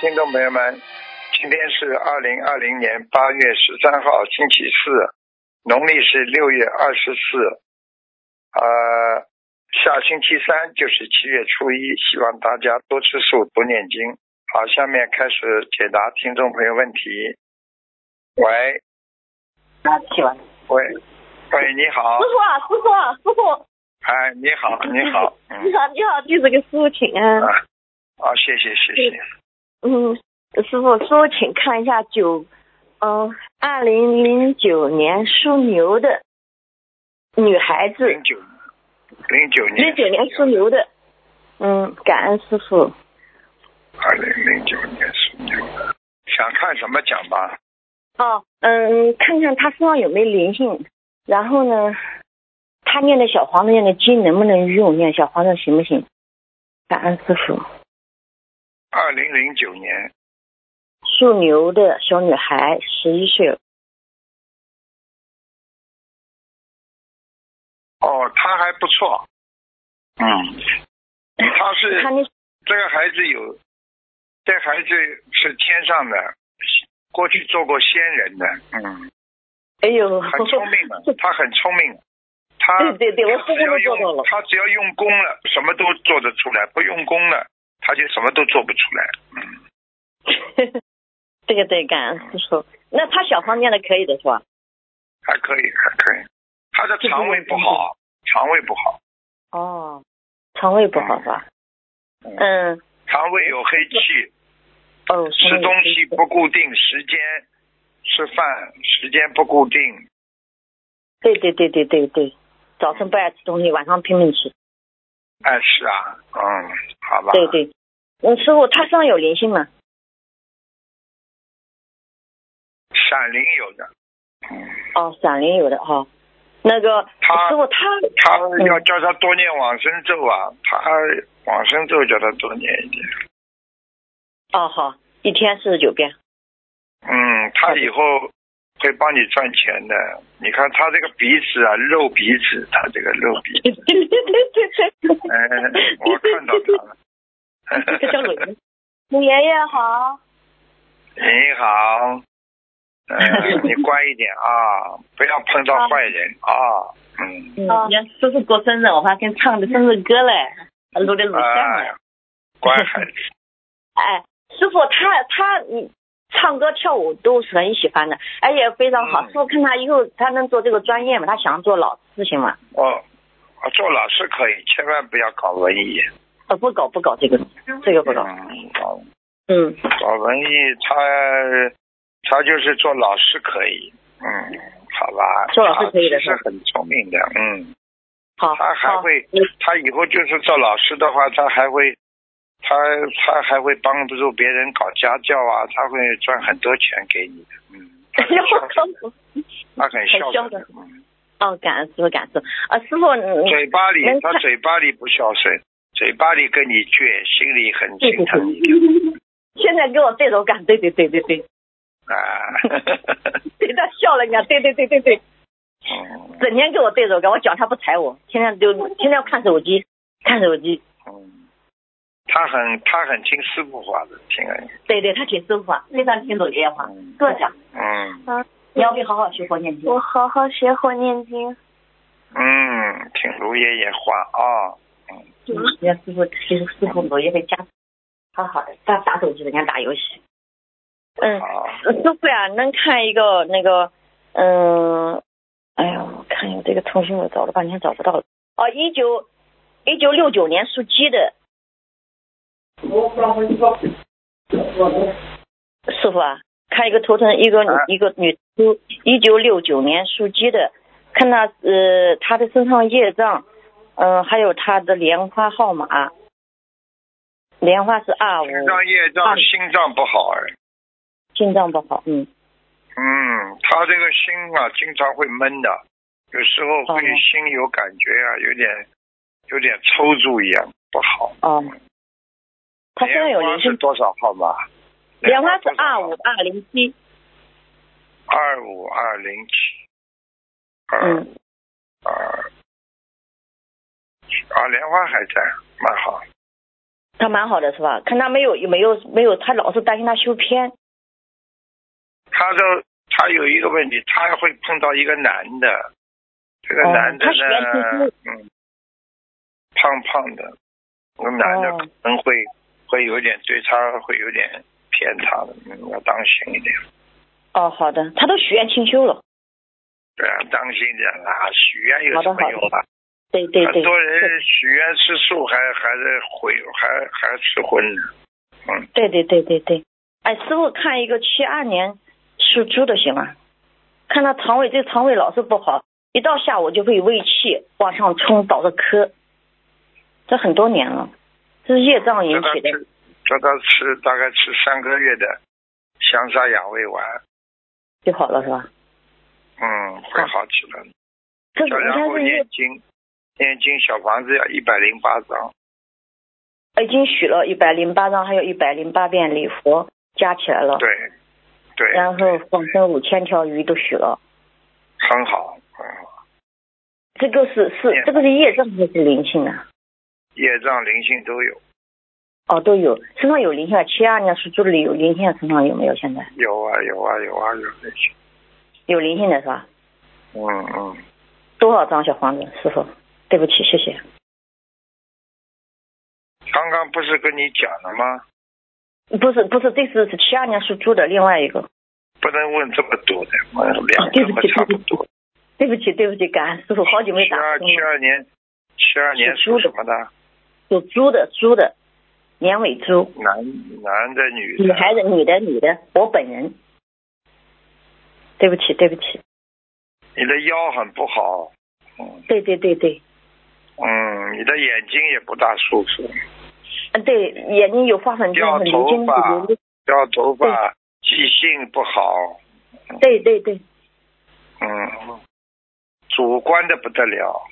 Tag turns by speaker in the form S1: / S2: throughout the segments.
S1: 听众朋友们，今天是二零二零年八月十三号，星期四，农历是六月二十四。呃，下星期三就是七月初一，希望大家多吃素，多念经。好，下面开始解答听众朋友问题。喂，
S2: 啊，起完。
S1: 喂，喂，你好
S3: 师，傅啊，师傅啊，师傅，
S1: 哎，你好，你好，嗯
S3: 你，好，你好，弟子给师傅请安。
S1: 啊，啊，谢谢，谢谢。
S3: 嗯，师傅，师傅，请看一下九，嗯，二零零九年属牛的女孩子，
S1: 零九，零九年，
S3: 零九年哎属牛的，嗯，感恩师傅。
S1: 二零零九年属牛的，想看什么讲吧？
S3: 哦，嗯，看看她身上有没有灵性，然后呢，她念的小黄子念的经能不能用？念小黄子行不行？感恩师傅。
S1: 二零零九年，
S3: 属牛的小女孩，十一岁，
S1: 哦，他还不错，嗯，他是
S3: 她那
S1: 这个孩子有，这孩子是天上的，过去做过仙人的，嗯，
S3: 哎呦，
S1: 很聪明的，他很聪明的，他
S3: 对对对，我
S1: 只
S3: 师
S1: 要
S3: 傅都做到
S1: 用
S3: 了。
S1: 他只要用功了，什么都做得出来；不用功了，他就什么都做不出来。嗯，
S3: 这个对，感恩师傅。那他小方面的可以的是吧？
S1: 还可以，还可以。他的肠胃不好，肠胃不好，
S3: 哦，肠胃不好是吧？
S1: 嗯
S3: 嗯，
S1: 肠胃有黑气，
S3: 哦，
S1: 吃东西不固定时间，吃饭时间不固定，
S3: 对对对对对对，早晨不爱吃东西，晚上拼命吃。
S1: 哎，是啊，嗯，好吧，
S3: 对对，嗯，师傅，他身上有灵性吗？
S1: 闪灵有的，嗯，
S3: 哦，闪灵有的哈、哦。那个
S1: 他
S3: 师傅，他
S1: 他
S3: 嗯
S1: 要叫他多念往生咒啊，他往生咒叫他多念一点，
S3: 哦好，一天四十 九遍。
S1: 嗯，他以后会帮你赚钱的。你看他这个鼻子啊，肉鼻子，他这个肉鼻，
S3: 对对对对对。
S1: 哎，我哎看到他 了。
S3: 这个叫鲁爷。鲁爷爷好。
S1: 你好， 嗯、你乖一点啊，不要碰到坏人啊，嗯。
S2: 嗯
S3: 啊，
S2: 你看叔叔过生日，我还跟唱的生日歌嘞，还录的录像嘞
S1: 哎。，乖孩子，
S3: 哎，师傅他他嗯唱歌跳舞都是很喜欢的，而且非常好。
S1: 嗯
S3: 师傅看他以后他能做这个专业吗？他想做老师行吗？
S1: 哦，做老师可以，千万不要搞文艺。
S3: 呃，不搞不搞这个，这个不搞。
S1: 嗯，搞
S3: 嗯，
S1: 搞文艺，他他就是做老师可以，嗯，好吧。
S3: 做老师可以的
S1: 他其实很聪明的，嗯，
S3: 好。
S1: 他还
S3: 好
S1: 会
S3: 嗯
S1: 他以后就是做老师的话，他还会。他他还会帮助别人搞家教啊，他会赚很多钱给你的，嗯，
S3: 哎
S1: 他很孝顺，他很孝顺的，嗯，
S3: 哦，感恩师傅，感恩师傅啊，师傅，嗯
S1: 嘴巴里
S3: 能
S1: 他
S3: 看
S1: 嘴巴里不孝顺，嘴巴里跟你倔，心里很
S3: 对
S1: 心
S3: 对
S1: 疼你
S3: 对，现在给我这种感，对对对对对，
S1: 啊。
S3: 对他笑了，你看，对对对对对，
S1: 嗯
S3: 整天给我对着干，我脚他不踩我，天天就天天看手机，看手机，
S1: 嗯，他很他很听师傅话的，听人。
S3: 对对，他挺舒服啊，非常听懂爷爷话。
S1: 嗯
S3: 坐下，
S1: 嗯
S3: 你要不要好好学佛念经？
S4: 我好好学佛念经。
S1: 嗯，听卢爷爷话啊、
S3: 嗯人家师傅其实师傅我也会加，好好的，他打手机，人家打游戏。嗯，
S1: 好，
S3: 师傅呀，能看一个那个，嗯，哎呀，我看一下这个腾讯，我找了半天找不到了。哦，一九一九六九年属鸡的。师傅啊，看一个头疼，一个女、
S1: 啊
S3: 一个女猪，一九六九年属鸡的，看她呃她的身上业障，嗯、还有她的莲花号码，莲花是二五，
S1: 心脏业障，
S3: 啊
S1: 心脏不好哎。
S3: 心脏不好，嗯。
S1: 嗯，他这个心啊，经常会闷的，有时候会
S3: 哦
S1: 心有感觉啊，有点有点抽搐一样，不好。
S3: 哦，他现在有
S1: 莲花
S3: 灵
S1: 是
S3: 性，
S1: 多少号码？
S3: 莲花是
S1: 多少
S3: 二
S1: 号
S3: 五二零七，
S1: 二五二零七，二
S3: 嗯，
S1: 二啊，莲花还在，蛮好。
S3: 他蛮好的是吧？看他没有有没有没有，他老是担心他修偏。
S1: 他都他有一个问题，他会碰到一个男的，这个
S3: 哦
S1: 男的
S3: 他喜欢
S1: 呢，
S3: 吃
S1: 嗯，胖胖的，那个男的
S3: 哦
S1: 可能会、会有点对他会有点偏差的，嗯，要当心一点，
S3: 哦，好的，他都许愿清修了。
S1: 对啊，当心一点啦，许愿有
S3: 好
S1: 什
S3: 的
S1: 么
S3: 好的
S1: 用啊？
S3: 对对
S1: 很
S3: 对，
S1: 多
S3: 对
S1: 人许愿吃素还还是悔还还吃荤呢，嗯，
S3: 对对对对对。哎，师傅看一个七二年属猪的行吗？看他肠胃，这肠胃老是不好，一到下午就会胃气往上冲，导致咳。这很多年了，这嗯是业障
S1: 叫
S3: 引
S1: 他
S3: 起的。
S1: 吃叫他吃大概吃三个月的香砂养胃丸，
S3: 就好了是吧？
S1: 嗯，会
S3: 哦
S1: 好起来的。
S3: 这是
S1: 小
S3: 应
S1: 然
S3: 该
S1: 后
S3: 是业
S1: 念经，念经小房子要一百零八张，
S3: 呃已经许了一百零八张，还有一百零八遍礼佛加起来了，
S1: 对，对，
S3: 然后放生五千条鱼都许了。
S1: 很好，很好。
S3: 这个是是
S1: 对
S3: 这个是业障还是灵性啊？
S1: 业障灵性都有，
S3: 哦，都有，身上有灵性啊，七二年属猪的有灵性啊，身上有没有？现在
S1: 有啊，有啊，有啊，有灵性。
S3: 有灵性的是吧？
S1: 嗯嗯，
S3: 多少张小房子？师傅，对不起，谢谢。
S1: 刚刚不是跟你讲了吗？
S3: 不是不是，这次是七二年属猪的另外一个。
S1: 不能问这么多的，问两
S3: 啊对
S1: 个
S3: 不
S1: 嘛
S3: 起
S1: 差不多。
S3: 对不起，对不起，感恩师傅，好久没
S1: 七
S3: 打
S1: 二
S3: 通
S1: 七
S3: 了。
S1: 二年，七二年
S3: 属猪
S1: 属
S3: 的
S1: 什么的？
S3: 属猪的，猪的，年尾猪，
S1: 男男的女的？
S3: 女孩子，女的，女的，我本人。对不起，对不起，
S1: 你的腰很不好，嗯
S3: 对对对对，
S1: 嗯，你的眼睛也不大舒服。
S3: 嗯对，眼睛有花粉症
S1: 掉
S3: 和
S1: 头
S3: 流经
S1: 发
S3: 流经
S1: 掉头发，记性不好，
S3: 对对对，
S1: 嗯，主观的不得了，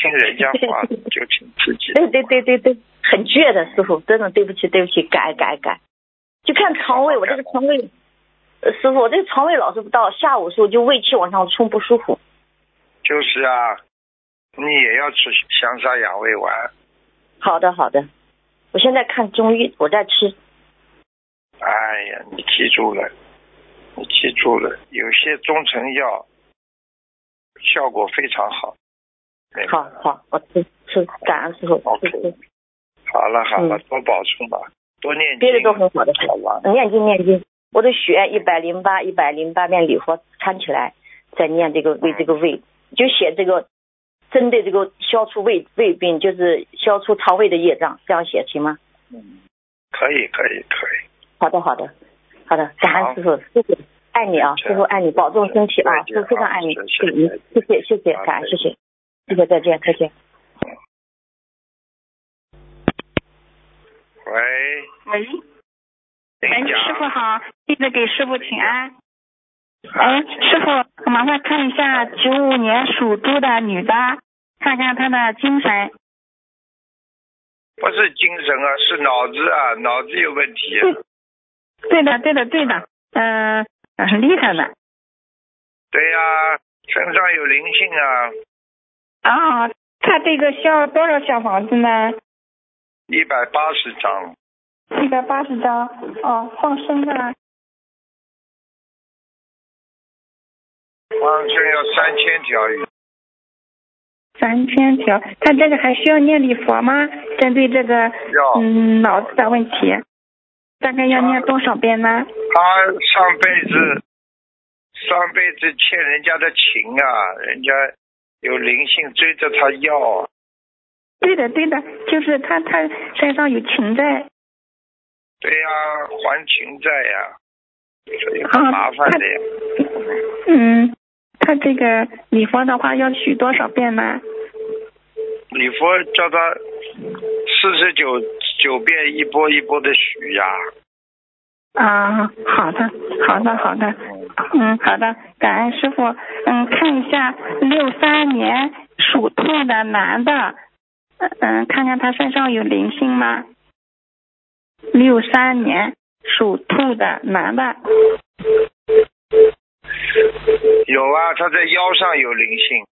S1: 听人家话就听自己的
S3: 对对对对对，很倔的师傅，真的对不起对不起，改改改，就看肠胃，我这个肠胃，呃师傅，我这个肠胃老是不到，下午时候就胃气往上冲，不舒服。
S1: 就是啊，你也要吃香砂养胃丸
S3: 好的好的，我现在看中医，我在吃，
S1: 哎呀，你记住了，你记住了，有些中成药效果非常好。明白
S3: 好好我吃吃，感恩师傅，
S1: OK
S3: 吃吃，
S1: 好了好了，
S3: 嗯
S1: 多保重吧，多念经
S3: 别的都很好哎的，
S1: 好吧。
S3: 念经念经，我的血一百零八一百零八遍礼佛参起来，再念这个为这个胃，就写这个。针对这个消除胃胃病，就是消除肠胃的业障，这样写行吗？
S1: 嗯，可以可以可以，
S3: 好的，好的，好的，感
S1: 好
S3: 恩师傅，师傅爱你啊，
S1: 是
S3: 师傅爱你，保重身体啊，
S1: 再
S3: 师
S1: 见
S3: 傅非常爱你，
S1: 啊是
S3: 谢谢你
S1: 是，
S3: 谢谢谢谢，
S1: 好
S3: 感恩，
S1: 啊再
S3: 谢谢，谢谢，再见，再见。
S1: 喂。
S5: 喂，
S1: 请
S5: 哎，
S1: 讲
S5: 师傅好，弟子给师傅请安。
S1: 啊
S5: 哎，师傅，麻烦看一下九五年属猪的女的，看看她的精神。
S1: 不是精神啊，是脑子啊，脑子有问 题啊、
S5: 对的，对的，对的，嗯、很厉害的。
S1: 对呀、身上有灵性啊，
S5: 啊，她这个需要多少小房子呢？
S1: 一百八十张，
S5: 一百八十张。哦，放生呢？
S1: 光身要三千条鱼。
S5: 三千条。她这个还需要念礼佛吗？针对这个
S1: 要
S5: 嗯脑子的问题，大概要念多少遍呢？
S1: 他上辈子，上辈子欠人家的情啊，人家有灵性追着他要啊，
S5: 对的，对的，就是他他身上有情债
S1: 对呀、还情债呀、所以很
S5: 啊，
S1: 麻烦的呀。
S5: 他嗯，他这个礼佛的话要许多少遍呢？
S1: 礼佛叫他四十九九遍一波一波的许呀、
S5: 啊，好的，好的，好的，
S1: 嗯，
S5: 嗯，好的，感恩师傅。嗯，看一下六三年属兔的男的，嗯，看看他身上有灵性吗？六三年属兔的男的，
S1: 有啊，她在腰上有灵性，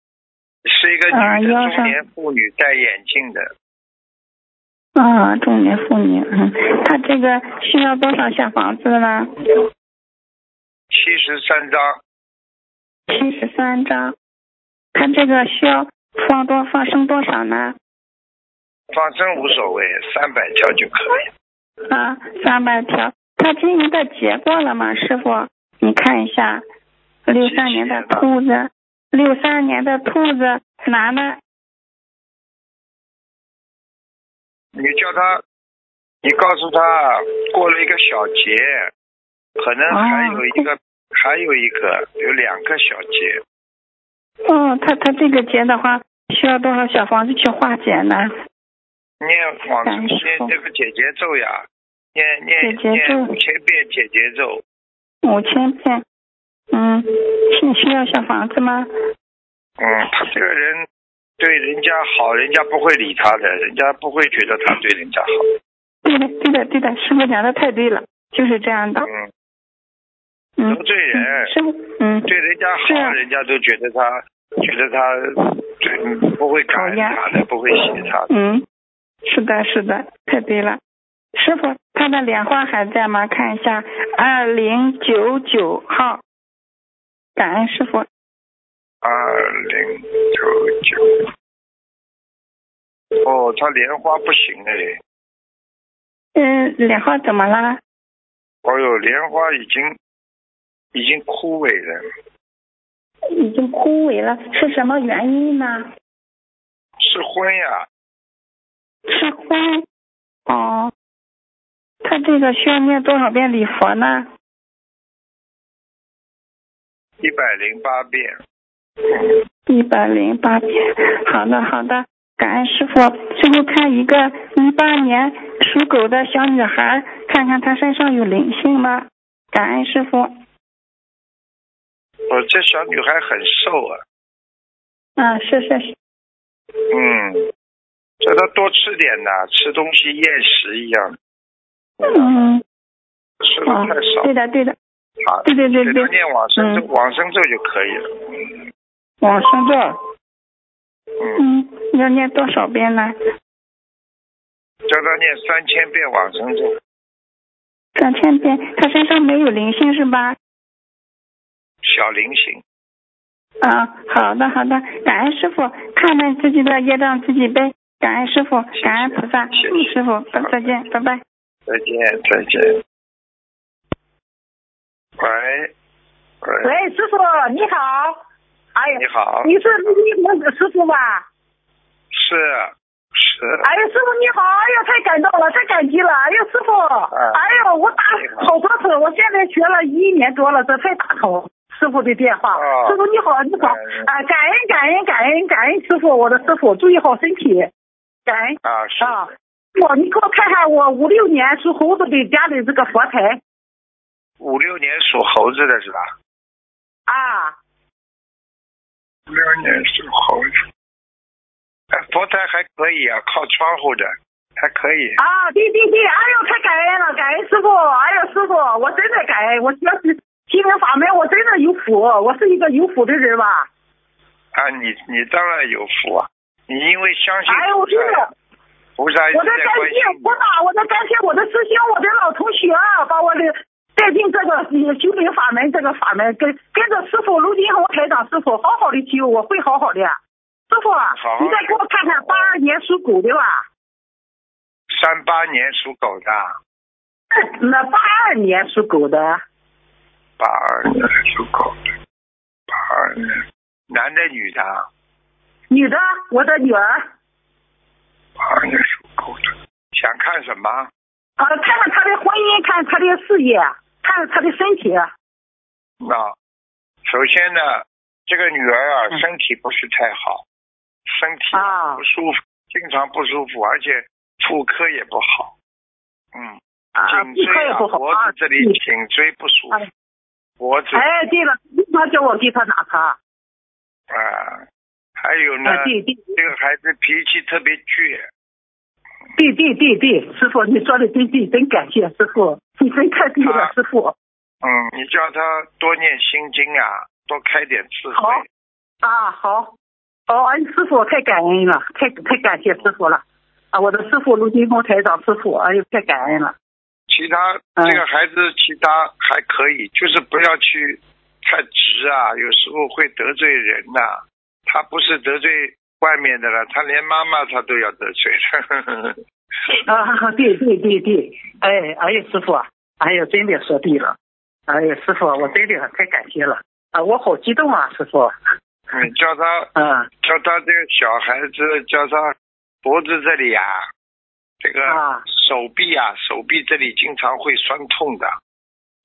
S1: 是一个
S5: 啊
S1: 女的
S5: 腰上
S1: 中年妇女，戴眼镜的，
S5: 啊，中年妇女，嗯，她这个需要多少小房子呢？
S1: 七十三章，
S5: 七十三张。她这个需要放多放生多少呢？
S1: 放生无所谓，三百条就可以。
S5: 啊，三百条。她今年的结过了吗，师傅？你看一下，六三年的兔子，六三年的兔子，男的，
S1: 你叫他，你告诉他过了一个小节，可能还有一
S5: 啊
S1: 个，还有一个有两个小节，
S5: 哦，他他这个结的话，需要多少小房子去化解呢？
S1: 念往
S5: 感受
S1: 念这个解结咒呀，念念
S5: 解结咒
S1: 念五千遍解结咒，
S5: 五千片，嗯，需需要小房子吗？
S1: 嗯，他这个人对人家好，人家不会理他的，人家不会觉得他对人家好。
S5: 对的，对的，对的，师傅讲的太对了，就是这样的。
S1: 嗯，
S5: 嗯
S1: 得，罪人
S5: 啊嗯，师傅，嗯，
S1: 对人家
S5: 是啊
S1: 好，人家都觉得他觉得他对嗯不会感恩他的，不会惜他的。
S5: 嗯，是的，是的，太对了。师傅，他的莲花还在吗？看一下，二零九九号。感恩师傅，
S1: 二零九九。哦，他莲花不行哎，
S5: 嗯，莲花怎么了？
S1: 哦哟，莲花已经已经枯萎了，
S5: 已经枯萎了，是什么原因呢？
S1: 是婚呀，
S5: 是婚。哦，他这个需要念多少遍礼佛呢？
S1: 一百零八遍。
S5: 一百零八遍。好的，好的，感恩师傅。最后看一个一八年属狗的小女孩，看看她身上有灵性吗？感恩师傅。
S1: 哦，这小女孩很瘦啊，
S5: 啊，是是是。
S1: 嗯，叫她多吃点呐，吃东西厌食一样，
S5: 嗯，
S1: 吃的
S5: 哦
S1: 太少，
S5: 对的，对的，
S1: 啊。
S5: 对对对
S1: 给
S5: 对
S1: 她，念往生咒，
S5: 嗯
S1: 往生咒就可以了。
S5: 往生咒，
S1: 嗯，
S5: 嗯，要念多少遍呢？
S1: 叫她念三千遍往生咒，
S5: 三千遍。她身上没有灵性是吧？
S1: 小灵性。
S5: 啊，好的好的，感恩师傅，看看自己的业障自己背，感恩师傅，感恩菩萨，嗯
S1: 谢谢
S5: 师傅，再见，拜拜。
S1: 再见，再见。喂，喂，
S6: 喂，师傅你好。哎呀
S1: 你，好，
S6: 你是那个师傅吧？
S1: 是是，
S6: 哎呀，师傅你好！哎呀，太感动了，太感激了！哎呀，师傅，哎呀，我打
S1: 啊你好
S6: 好多次，我现在学了一年多了，这才打通师傅的电话。
S1: 哦
S6: 师傅你好，你好！
S1: 嗯
S6: 啊，感恩感恩感恩感恩师傅，我的师傅，注意好身体，感恩
S1: 啊是
S6: 啊！我你给我看看我五六年属猴子的家里这个佛台
S1: 五六年属猴子的是吧？
S6: 啊，
S1: 五六年属猴子，哎，佛台还可以啊，靠窗户的，还可以。
S6: 啊，对对对，哎呦，太感恩了，感恩师傅，哎呀，师傅，我真的感恩，我学习心灵法门，我真的有福，我是一个有福的人吧？
S1: 啊，你你当然有福啊，你因为相信
S6: 哎呦，我真
S1: 菩萨
S6: 的，
S1: 菩萨一直
S6: 我在
S1: 在
S6: 感
S1: 关心
S6: 谢
S1: 你
S6: 菩。萨，我在感谢我的师兄，我的老同学啊、把我的带进这个呃心灵法门这个法门，跟跟着师傅卢金红台长师傅好好的修，我会好好的。师傅啊，
S1: 好
S6: 你再给我看看八二年属狗的吧，
S1: 三八年属狗的，
S6: 哎那八二年属狗的
S1: 八二年属狗的，八二年，男的女的啊？
S6: 女的，我的女儿。
S1: 八二年属狗的，想看什么？
S6: 呃，看看他的婚姻，看他的事业，看看他的身体。啊
S1: 那啊首先呢，这个女儿啊，身体不是太好，身体
S6: 嗯啊
S1: 不舒服，经常不舒服，而且妇科也不好，嗯，
S6: 啊，
S1: 颈
S6: 妇科
S1: 椎
S6: 也
S1: 啊，
S6: 不好
S1: 脖
S6: 啊
S1: 子。这里
S6: 嗯
S1: 颈椎不舒服
S6: 哎，
S1: 脖子啊、
S6: 哎，对了，他叫我给他拿茶。
S1: 啊还有呢，
S6: 啊，对对
S1: 这个孩子脾气特别倔，
S6: 对对对对，师傅你说的真对，真感谢师傅，你真太对了
S1: 啊，
S6: 师傅。
S1: 嗯，你叫他多念心经啊，多开点智慧
S6: 好，啊，好，哦，哎，师傅太感恩了，太太感谢师傅了。啊，我的师傅卢金红台长师傅，哎呦，太感恩了。
S1: 其他
S6: 嗯
S1: 这个孩子其他还可以，就是不要去太直啊，有时候会得罪人呐、他不是得罪外面的了，他连妈妈他都要得罪。
S6: 啊，对对对对，哎，哎呀，师傅啊，哎呀，真的说对了，哎呀，师傅啊，我真的太感谢了，啊，我好激动啊，师傅，
S1: 你 叫他
S6: 嗯
S1: 叫他这个小孩子，叫他脖子这里啊，这个
S6: 啊
S1: 手臂啊，手臂这里经常会酸痛的，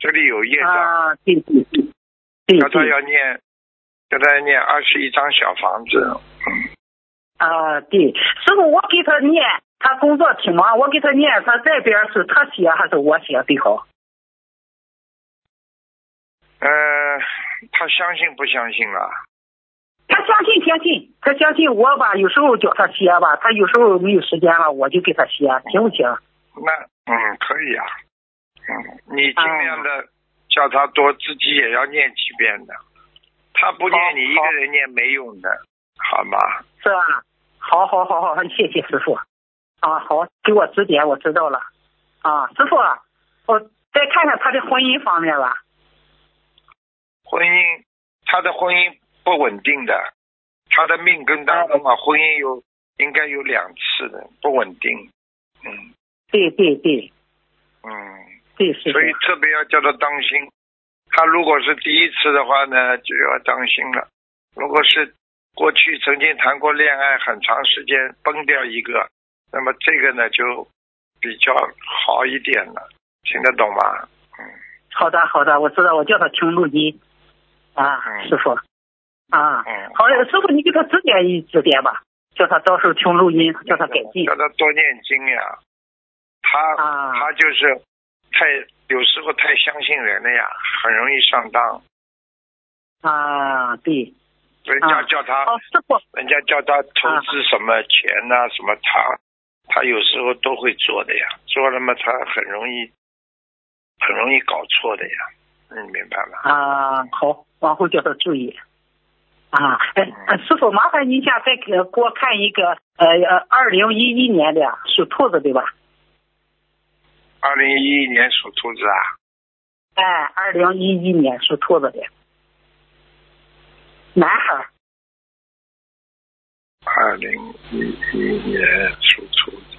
S1: 这里有业障，
S6: 啊，对对对，对
S1: 叫他
S6: 对
S1: 要念，叫他要念二十一张小房子。
S6: 啊，对，师傅，我给他念，他工作挺忙，我给他念，他这边是他写还是我写最好？
S1: 呃，他相信不相信啊了？
S6: 他相信相信，他相信我吧，有时候叫他写吧，他有时候没有时间了，我就给他写，
S1: 哎
S6: 行不行？
S1: 那嗯，可以啊。嗯，你尽
S6: 啊
S1: 量的叫他多，自己也要念几遍的。他不念，
S6: 好
S1: 你一
S6: 好
S1: 个人念没用的，好吗？
S6: 是吧？好好好好，谢谢师傅。啊，好，给我指点，我知道了。啊，师傅啊，我再看看他的婚姻方面吧。
S1: 婚姻，他的婚姻不稳定的，他的命根当中
S6: 嗯
S1: 啊，婚姻有应该有两次的不稳定。嗯
S6: 对对对
S1: 嗯。
S6: 对，师傅
S1: 所。以特别要叫他当心。他如果是第一次的话呢，就要当心了。如果是过去曾经谈过恋爱很长时间崩掉一个，那么这个呢就比较好一点了，听得懂吗？
S6: 好的好的，我知道，我叫他听录音。啊，
S1: 嗯
S6: 师傅。啊，
S1: 嗯，
S6: 好嘞，师傅，你给他指点一指点吧，叫他到时候听录音，叫他改进。
S1: 叫他多念经呀。他、
S6: 啊
S1: 他就是太有时候太相信人了呀，很容易上当。
S6: 啊，对。
S1: 人家
S6: 啊
S1: 叫他、
S6: 好，师傅。
S1: 人家叫他投资什么钱呐、什么他他有时候都会做的呀，做了嘛，他很容易很容易搞错的呀，你明白吗？
S6: 啊，好，往后叫他注意。啊，哎，呃
S1: 嗯
S6: 师傅，麻烦您一下，再给给我看一个，呃，二零一一年的属兔子对吧？
S1: 二零一一年属兔子啊，
S6: 哎，二零一一年属兔子的，男孩儿
S1: 二零一一年属兔子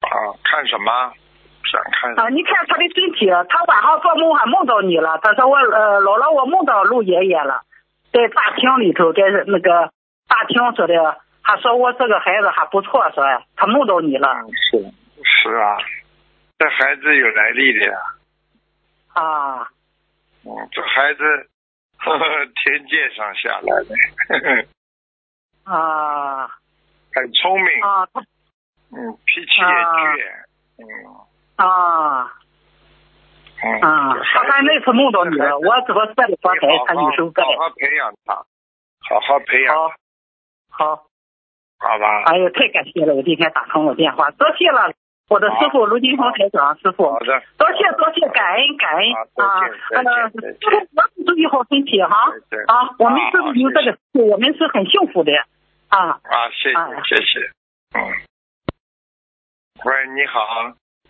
S1: 啊，看什么？想看什
S6: 啊，
S1: 么
S6: 你看他的身体，他晚上做梦还梦到你了，他说我呃，姥姥，我梦到陆爷爷了，在大厅里头，在那个大厅说的，还说我这个孩子还不错，说他梦到你了
S1: 是是啊，这孩子有来历的呀。
S6: 啊。
S1: 嗯，这孩子呵呵天界上下来的，呵呵
S6: 啊
S1: 很聪明。
S6: 啊，他
S1: 嗯，脾气也倔，嗯
S6: 啊
S1: 嗯，
S6: 啊！他还那次梦到你了，我怎么舍得佛台，他有时候搁
S1: 好好培养他，好好培养，
S6: 好，好，
S1: 好吧？
S6: 哎呦，太感谢了！我今天打通了电话，多谢了我的师傅卢金红台长师傅
S1: 好，的，
S6: 多谢多谢，感恩感恩啊！呃，师傅，注意好身体哈
S1: 对对
S6: 啊！我们是有这个，我们是很幸福的啊！
S1: 啊，谢
S6: 啊
S1: 谢谢谢，嗯。喂，你好，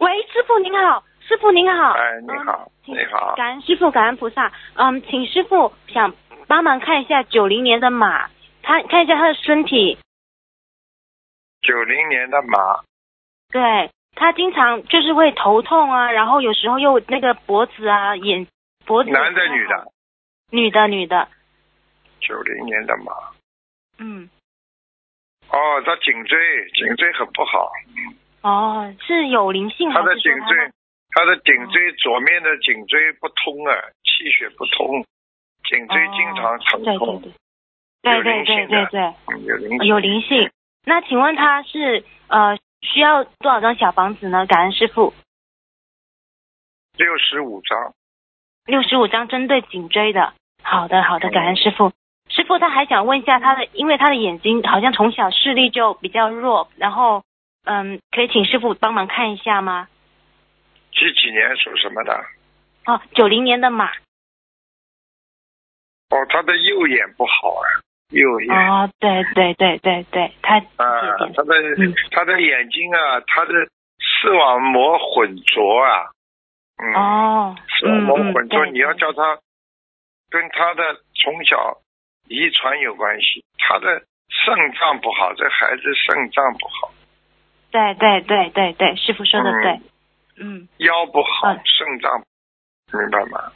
S7: 喂，师傅您好，师傅您好，
S1: 哎，你好，
S7: 嗯
S1: 你好，
S7: 感恩师傅，感恩菩萨。嗯，请师傅想帮忙看一下九零年的马，他看一下他的身体。
S1: 九零年的马，
S7: 对他经常就是会头痛啊，然后有时候又那个脖子啊、眼脖子。
S1: 男的女的？？
S7: 女的，女的。
S1: 九零年的马，
S7: 嗯，
S1: 哦，他颈椎颈椎很不好，
S7: 哦，是有灵性还
S1: 他的
S7: 是说
S1: 颈
S7: 他
S1: 椎，他的颈
S7: 嗯
S1: 椎左面的颈椎不通啊，气血不通，颈椎经常疼
S7: 对
S1: 痛
S7: 对，对
S1: 有
S7: 对
S1: 灵
S7: 对
S1: 性
S7: 对
S1: 的
S7: 哦对
S1: 嗯有灵
S7: 对，哦
S1: 性
S7: 有灵性。那请问他是呃需要多少张小房子呢？感恩师傅。
S1: 六十五张，
S7: 六十五张针对颈椎的。好的，好的，感恩师傅。师傅他还想问一下他的，因为他的眼睛好像从小视力就比较弱，然后嗯，可以请师傅帮忙看一下吗？
S1: 几几年属什么的？
S7: 哦，九零年的马，
S1: 哦，他的右眼不好啊，右眼。
S7: 哦，对对对对对，他
S1: 啊
S7: 这一，点
S1: 他的、
S7: 嗯
S1: 他的眼睛啊，他的视网膜混浊啊，嗯，
S7: 哦，
S1: 视网
S7: 嗯
S1: 膜
S7: 嗯，
S1: 混浊，
S7: 对
S1: 你要
S7: 对
S1: 叫他跟他的从小遗传有关系，他的肾脏不好，这孩子肾脏不好，
S7: 对对对对对，师傅说的
S1: 嗯
S7: 对，嗯
S1: 腰不好，
S7: 嗯
S1: 肾脏明白吗？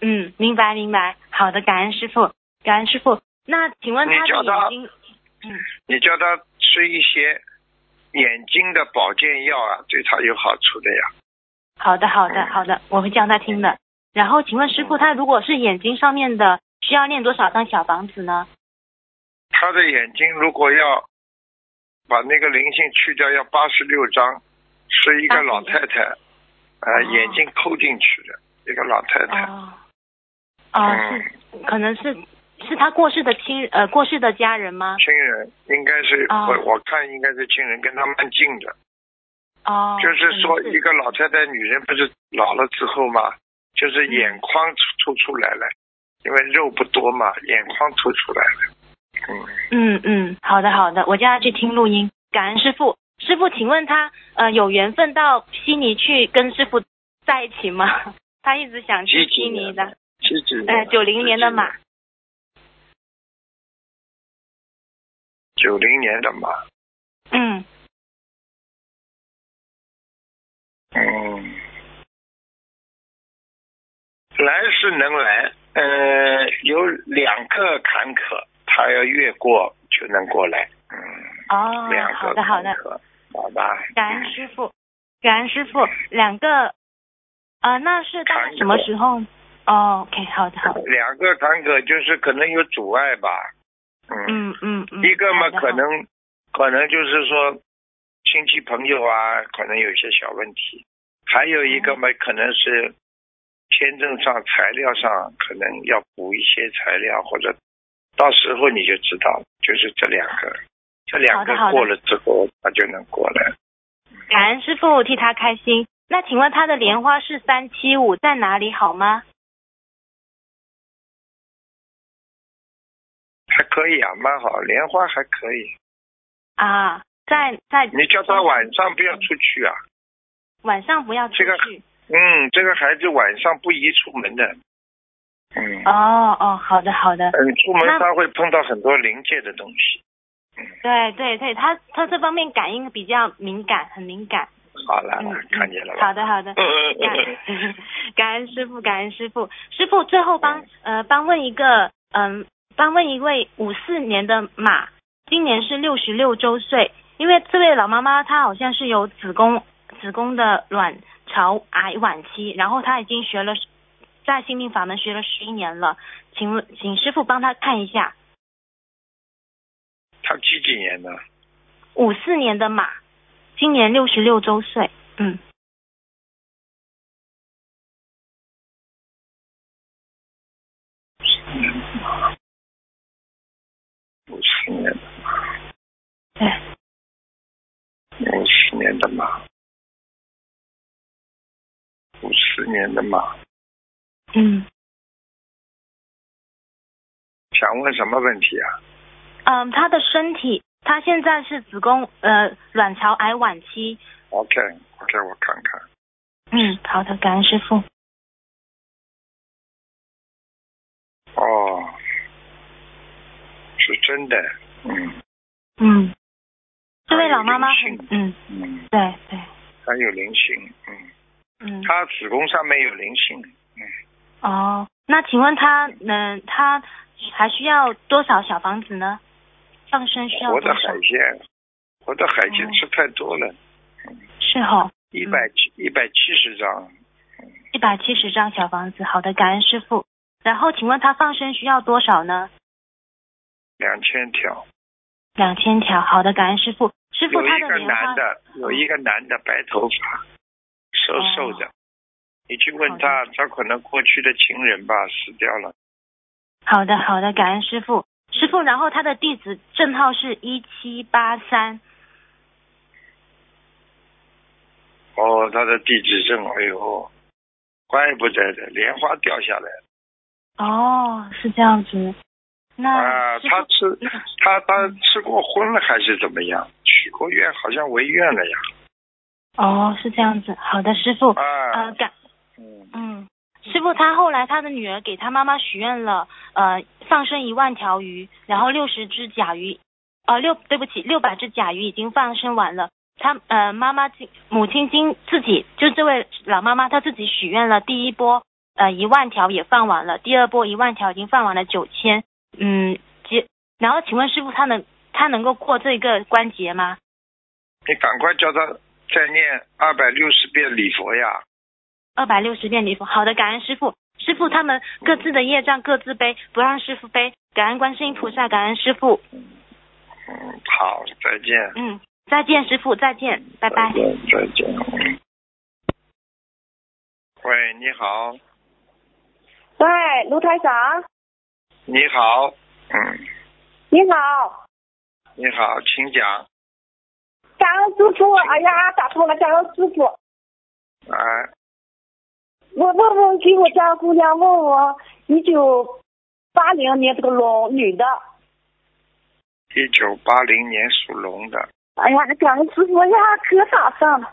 S7: 嗯，明白明白，好的，感恩师傅，感恩师傅。那请问
S1: 你
S7: 他
S1: 叫
S7: 的
S1: 他
S7: 眼睛，嗯，
S1: 你叫他吃一些眼睛的保健药啊，对他有好处的呀。
S7: 好的好
S1: 嗯
S7: 的好的，我会叫他听的。然后请问师傅，他如果是眼睛上面的，需要念多少张小房子呢？
S1: 他的眼睛如果要把那个灵性去掉，要八十六张，是一个老太太，
S7: 哦
S1: 呃，眼睛抠进去的一个老太太，
S7: 哦，哦，
S1: 嗯，
S7: 是可能是是他过世的亲呃过世的家人吗？
S1: 亲人应该是、
S7: 哦
S1: 我我看应该是亲人，跟他蛮近的。
S7: 哦，
S1: 就是说
S7: 可能
S1: 一个老太太，女人不是老了之后嘛，
S7: 嗯
S1: 就是眼眶凸凸出来了，因为肉不多嘛，眼眶凸出来了，嗯。
S7: 嗯嗯，好的好的，我叫他去听录音。感恩师傅，师傅，请问他呃有缘分到悉尼去跟师傅在一起吗？他一直想去
S1: 几
S7: 悉
S1: 几
S7: 尼
S1: 年
S7: 的，
S1: 的？几几年的？
S7: 呃，九零年的马，
S1: 九零年的马，
S7: 嗯，
S1: 嗯，来是能来，呃，有两个坎坷，他要越过就能过来。嗯，
S7: 哦
S1: 两，
S7: 好
S1: 个
S7: 的
S1: 坎坷，
S7: 好的，
S1: 好吧。
S7: 感恩师傅，感恩师傅，两个，呃，那是大概什么时候？哦，OK，好的好的，
S1: 两个坎坷就是可能有阻碍吧。嗯，
S7: 嗯嗯嗯，
S1: 一个嘛
S7: 好，的
S1: 可，
S7: 好的
S1: 能可能就是说亲戚朋友啊，可能有一些小问题；还有一个嘛，
S7: 嗯
S1: 可能是签证上材料上可能要补一些材料，或者到时候你就知道了，就是这两个，这两个
S7: 好的好的
S1: 过了之后，他就能过来。
S7: 感恩师傅替他开心。那请问他的莲花是三七五在哪里好吗？
S1: 还可以啊，蛮好，莲花还可以。
S7: 啊，在在
S1: 你叫他晚上不要出去啊。
S7: 晚上不要出去。
S1: 这个嗯，这个孩子晚上不宜出门的。嗯。
S7: 哦哦，好的好的，
S1: 嗯，出门
S7: 那
S1: 他会碰到很多临界的东西。
S7: 对对对，他他这方面感应比较敏感，很敏感。
S1: 好了，
S7: 嗯，嗯
S1: 啊看见了吧？
S7: 好的好的
S1: 嗯，嗯
S7: 感
S1: 嗯嗯
S7: 感恩师傅，感恩师傅，师傅最后帮呃帮问一个嗯、帮问一位五四年的马，今年是六十六周岁，因为这位老妈妈她好像是有子宫子宫的卵巢癌晚期，然后她已经学了在心灵法门学了十一年了，请问请师傅帮她看一下
S1: 他几几年的？
S7: 五四年的马，今年六十六周岁，嗯，
S1: 五十年的，
S7: 对，
S1: 五十年的马，五十年的马，
S7: 嗯。
S1: 想问什么问题啊？
S7: 嗯，他的身体，他现在是子宫呃卵巢癌晚期。
S1: OK OK，我看看。
S7: 嗯，好的，感恩师傅。
S1: 哦，是真的。嗯
S7: 嗯，这位
S1: 还有
S7: 老妈妈
S1: 灵性，
S7: 很嗯，
S1: 嗯，
S7: 对对，
S1: 还有灵性，嗯，
S7: 嗯，
S1: 他子宫上面有灵性，嗯
S7: 哦，那请问他嗯，他还需要多少小房子呢？放生需要
S1: 活
S7: 多
S1: 的
S7: 少
S1: 海？鲜，活的海鲜
S7: 哦
S1: 吃太多了，
S7: 是哦，
S1: 一百七一百七十张。
S7: 一百七十张小房子。好的，感恩师傅。然后请问他放生需要多少呢？
S1: 两千条，
S7: 两千条。好的，感恩师傅。师傅
S1: 有
S7: 他
S1: 一
S7: 的
S1: 个
S7: 莲花嗯
S1: 男的，有一个男的，白头发，瘦
S7: 哦
S1: 瘦的。你去问他，他可能过去的情人吧，死掉了。
S7: 好的，好的，感恩师傅。师傅，然后他的地址证号是一七八三，
S1: 哦，他的地址证，哎呦，怪不得的，莲花掉下来了。
S7: 哦，是这样子。那
S1: 啊，
S7: 师
S1: 他
S7: 父
S1: 吃
S7: 嗯
S1: 他他吃过婚了还是怎么样？许过愿好像违愿了呀。
S7: 哦，是这样子。好的，师傅。
S1: 啊
S7: 呃，，感
S1: 嗯，
S7: 嗯，师傅他后来他的女儿给他妈妈许愿了，呃，放生一万条鱼，然后六十只甲鱼，呃，六对不起，六百只甲鱼已经放生完了。他呃，妈妈经母亲经自己就这位老妈妈她自己许愿了，第一波呃一万条也放完了，第二波一万条已经放完了九千，嗯，结然后请问师傅他能他能够过这个关节吗？
S1: 你赶快叫他再念二百六十遍礼佛呀。
S7: 二百六十遍礼佛。好的，感恩师傅。师傅他们各自的业障各自背，不让师傅背。感恩观世音菩萨，感恩师傅。
S1: 嗯，好，再见。
S7: 嗯，再见，师傅，再见，拜拜。
S1: 再见，再见。嗯喂，你好，
S4: 喂，卢台长，
S1: 你好，嗯，
S4: 你好，
S1: 你好，请讲。
S4: 感恩师傅，哎呀，打通了，感恩师傅。
S1: 啊，
S4: 我问问，给我家姑娘问我，一九八零年这个龙女的，
S1: 一九八零年属龙的，
S4: 哎呀，感恩师傅哎呀，可打上了。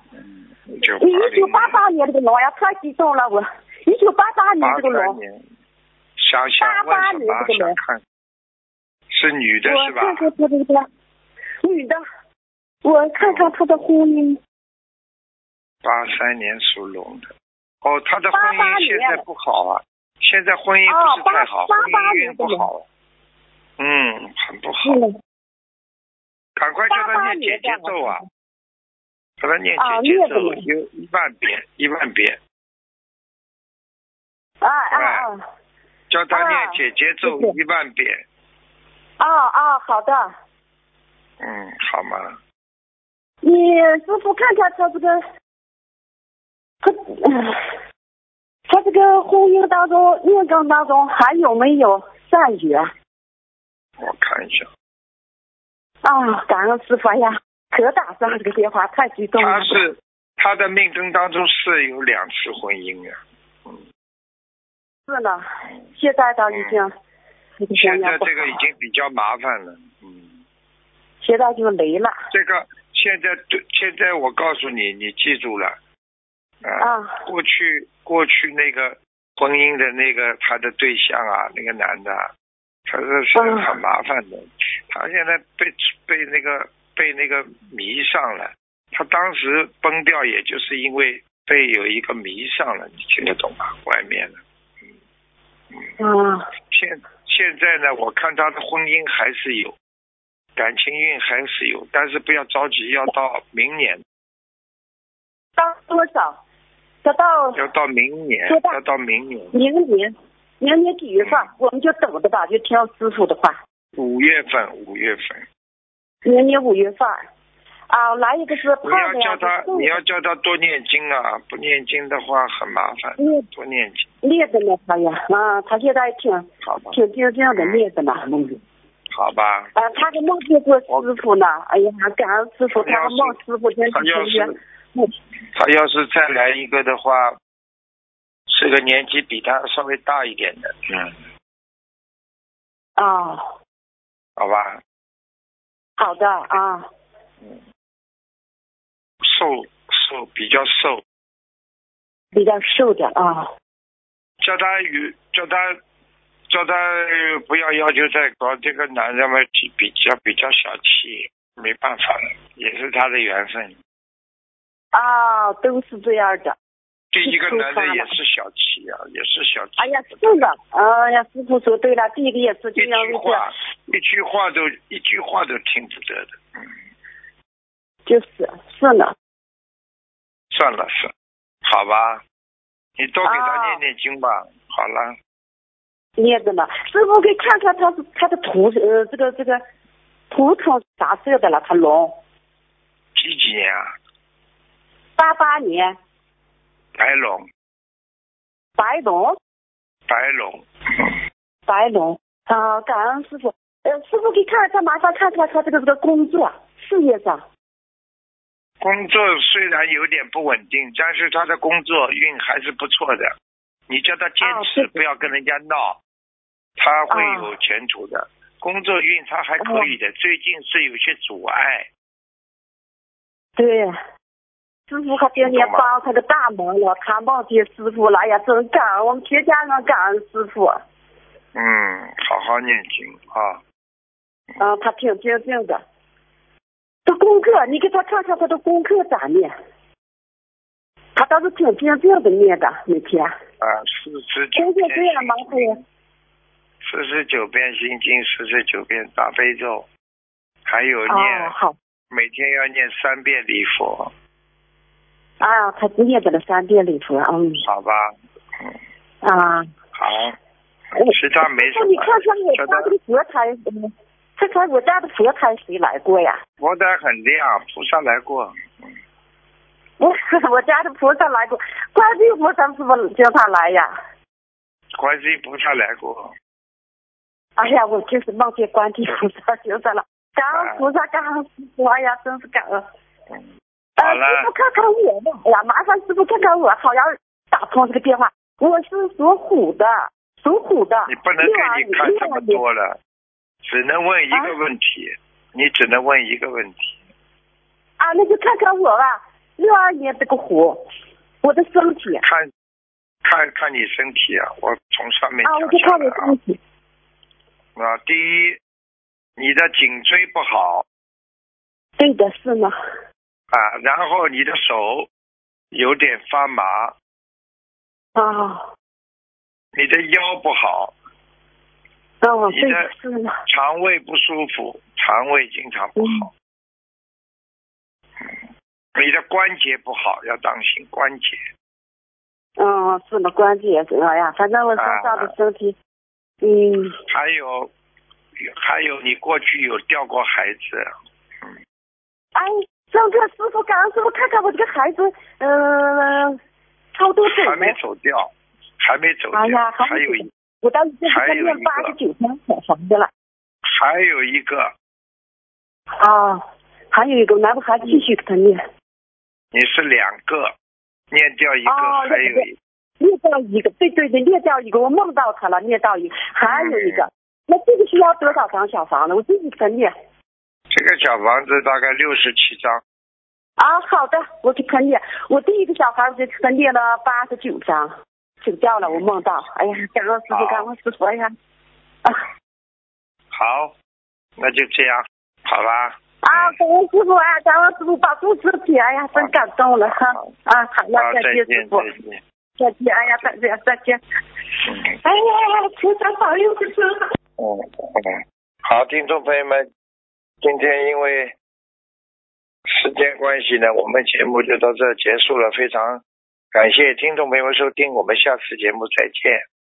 S1: 一九八
S4: 哎一九
S1: 零
S4: 八八年这个龙呀，太激动了我。一九八八年
S1: 八
S4: 这个
S1: 三
S4: 龙，
S1: 年，想想问
S4: 88
S1: 什
S4: 年
S1: 么？
S4: 这个
S1: 想
S4: 人
S1: 看，是女的
S4: 我
S1: 是吧？
S4: 看看她这个女的，我看看她的婚姻。
S1: 八三年属龙的。哦，她的婚
S4: 88
S1: 姻现在
S4: 年
S1: 不好啊，现在婚姻不是
S4: 哦
S1: 太
S4: 88
S1: 好，婚姻运
S4: 年的
S1: 不
S4: 人
S1: 好啊。嗯，很不好。
S4: 嗯，
S1: 赶快叫他
S4: 88
S1: 念姐
S4: 年的
S1: 姐咒啊！叫他念
S4: 啊
S1: 姐姐
S4: 念
S1: 咒
S4: 的
S1: 一一万遍，一万遍，哎
S4: 啊啊啊
S1: 叫他念
S4: 啊
S1: 姐姐咒
S4: 谢谢
S1: 一万遍。
S4: 啊啊，好的。
S1: 嗯，好吗？
S4: 你师傅看看他这个，他、呃他这个婚姻当中、业障当中还有没有善缘
S1: 我看一下，
S4: 啊？感恩师傅哎呀，可打上这个电话，太激动了。
S1: 他是他的命中当中是有两次婚姻啊。
S4: 是呢，现在倒已经，已经
S1: 嗯现
S4: 想
S1: 在
S4: 想不好
S1: 这个已经比较麻烦了。嗯。
S4: 现在就没了
S1: 这个现在对，现在我告诉你，你记住了，啊，
S4: 啊
S1: 过去过去那个婚姻的那个他的对象啊，那个男的啊，他这是
S4: 嗯
S1: 很麻烦的，他现在被被那个被那个迷上了，他当时崩掉也就是因为被有一个迷上了，你听得懂吗？外面的嗯
S4: 啊
S1: 现现在呢，我看他的婚姻还是有，感情运还是有，但是不要着急，要到明年。
S4: 到多少？得到
S1: 要到明年
S4: 多，大
S1: 要到明年
S4: 明年，明年几月份、
S1: 嗯
S4: 我们就等着吧，就听师傅的话。
S1: 五月份，五月份，
S4: 明年五月份儿啊，来一个是
S1: 你
S4: 胖
S1: 要
S4: 的
S1: 叫
S4: 呀，
S1: 他
S4: 是，瘦
S1: 你
S4: 的
S1: 要叫他多念经啊，不念经的话很麻烦，
S4: 练
S1: 多念经，
S4: 练着呢，他呀，啊，他现在挺
S1: 好吧，嗯
S4: 挺精进的练着呢，梦里
S1: 好吧。
S4: 啊，他的梦见过师傅呢，哎呀，感恩师傅，他的梦师傅真
S1: 他要
S4: 是
S1: 是
S4: 嗯
S1: 他要是再来一个的话，是个年纪比他稍微大一点的，嗯，
S4: 啊，
S1: 好吧，
S4: 好的啊，
S1: 瘦瘦比较瘦，
S4: 比较瘦的啊，
S1: 叫他与叫他叫他呃不要要求太高，这个男人嘛比比较比较小气，没办法了，也是他的缘分。
S4: 啊，都是这样的，
S1: 第一个男的也是小气啊，也是小气。
S4: 哎呀，是的，哎呀，师傅说对了，第一个也是
S1: 一
S4: 这样
S1: 句话，一句话都一句话都听不得的。
S4: 就是是呢，
S1: 算了算了，好吧，你多给他
S4: 哦
S1: 念念经吧。好了，
S4: 练着呢，师傅给看看他是他的图呃这个这个图腾啥色的了，他龙。
S1: 几几年啊？
S4: 八八年
S1: 白龙，
S4: 白龙，
S1: 白龙，
S4: 白龙啊，感恩师傅。呃，师傅给看看，麻烦看看他这个这个工作啊事业上
S1: 工作虽然有点不稳定，但是他的工作运还是不错的。你叫他坚
S4: 哦
S1: 持，
S4: 对对
S1: 不要跟人家闹。他会有前途
S4: 啊
S1: 的。工作运他还可以的，
S4: 嗯
S1: 最近是有些阻碍。
S6: 对，师傅他今天帮他的大忙了，看望见师傅了，哎呀，真感恩，我们全家人感恩师傅。
S1: 嗯，好好念经啊。
S6: 啊，他挺精进的。他功课，你给他看看他的功课咋念？他倒是挺精进的念的，每天。
S1: 啊，四十九
S6: 天天这样忙他也。
S1: 四十九遍心经，四十九遍大悲咒，还有念，
S6: 哦，好。
S1: 每天要念三遍礼佛，
S6: 啊，他念的了三遍礼佛，嗯，
S1: 好吧？嗯，
S6: 啊。
S1: 好，其他没什
S6: 那你
S1: 么
S6: 看。看我家这个佛台，嗯看看我家的佛台谁来过呀？
S1: 佛台很亮，菩萨来过。
S6: 我 我家的菩萨来过，观世音菩萨是不是叫他来呀？
S1: 观世音菩萨来过，
S6: 哎呀，我就是梦见观世音菩萨菩萨
S1: 啊
S6: 了，感恩菩萨，感恩师傅，哎呀，真是感恩。呃，
S1: 好了
S6: 师傅看看我吧，哎呀，麻烦师傅看看我，好像打通这个电话，我是属虎的，属虎的。
S1: 你不能给你看这么
S6: 62年。
S1: 多了，只能问一个问题，你只能问一个问题。
S6: 啊，那就看看我吧，六二年这个虎，我的身体
S1: 看，看看你身体啊，我从上面
S6: 啊，我就
S1: 讲下
S6: 看我
S1: 来
S6: 的身
S1: 啊。
S6: 体
S1: 啊，第一，你的颈椎不好
S6: 对的是吗？
S1: 啊，然后你的手有点发麻，
S6: 啊，
S1: 你的腰不好，
S6: 哦，
S1: 你
S6: 对
S1: 的
S6: 的是吗？
S1: 肠胃不舒服，肠胃经常不好。嗯你的关节不好，要当心关节。
S6: 嗯，是的，关节也是，哎呀，反正我身上的身体，嗯，
S1: 啊还有，还有，你过去有掉过孩子，
S6: 哎，让这师傅感恩师傅看看我这个孩子，嗯、超多走
S1: 还
S6: 了
S1: 没，走掉，还没走掉，
S6: 哎呀，还
S1: 还有
S6: 没走我当时就给
S1: 还
S6: 他
S1: 有
S6: 念
S1: 一个
S6: 八十九天小房子了，
S1: 还有一个，
S6: 啊，还有一个，难不还继续给他念？
S1: 你是两个，念掉一个，
S6: 哦
S1: 还有一
S6: 念到一个，对对对，念到一个，我梦到他了，念到一个，还有一
S1: 嗯
S6: 个，那这个需要多少张小房子？我自己给他念。
S1: 这个小房子大概六十七张，
S6: 啊，好的，我给他念。我第一个小孩儿就给他念了八十九章，走掉了。我梦到，哎呀，感恩师
S1: 好
S6: 傅，感恩师傅，哎呀，啊
S1: 好，那就这样，好吧？
S6: 啊，感恩师傅啊，感恩师傅保重身体，哎呀，真感动了哈
S1: 好
S6: 啊，好了
S1: 好，，
S6: 再
S1: 再
S6: 见师
S1: 见，
S6: 傅，
S1: 再见。
S6: 再见，哎呀，再见，再见。
S1: 嗯
S6: 哎呀，菩萨保佑，菩萨。
S1: 嗯嗯，好，听众朋友们，今天因为时间关系呢，我们节目就到这儿结束了。非常感谢听众朋友们收听，我们下次节目再见。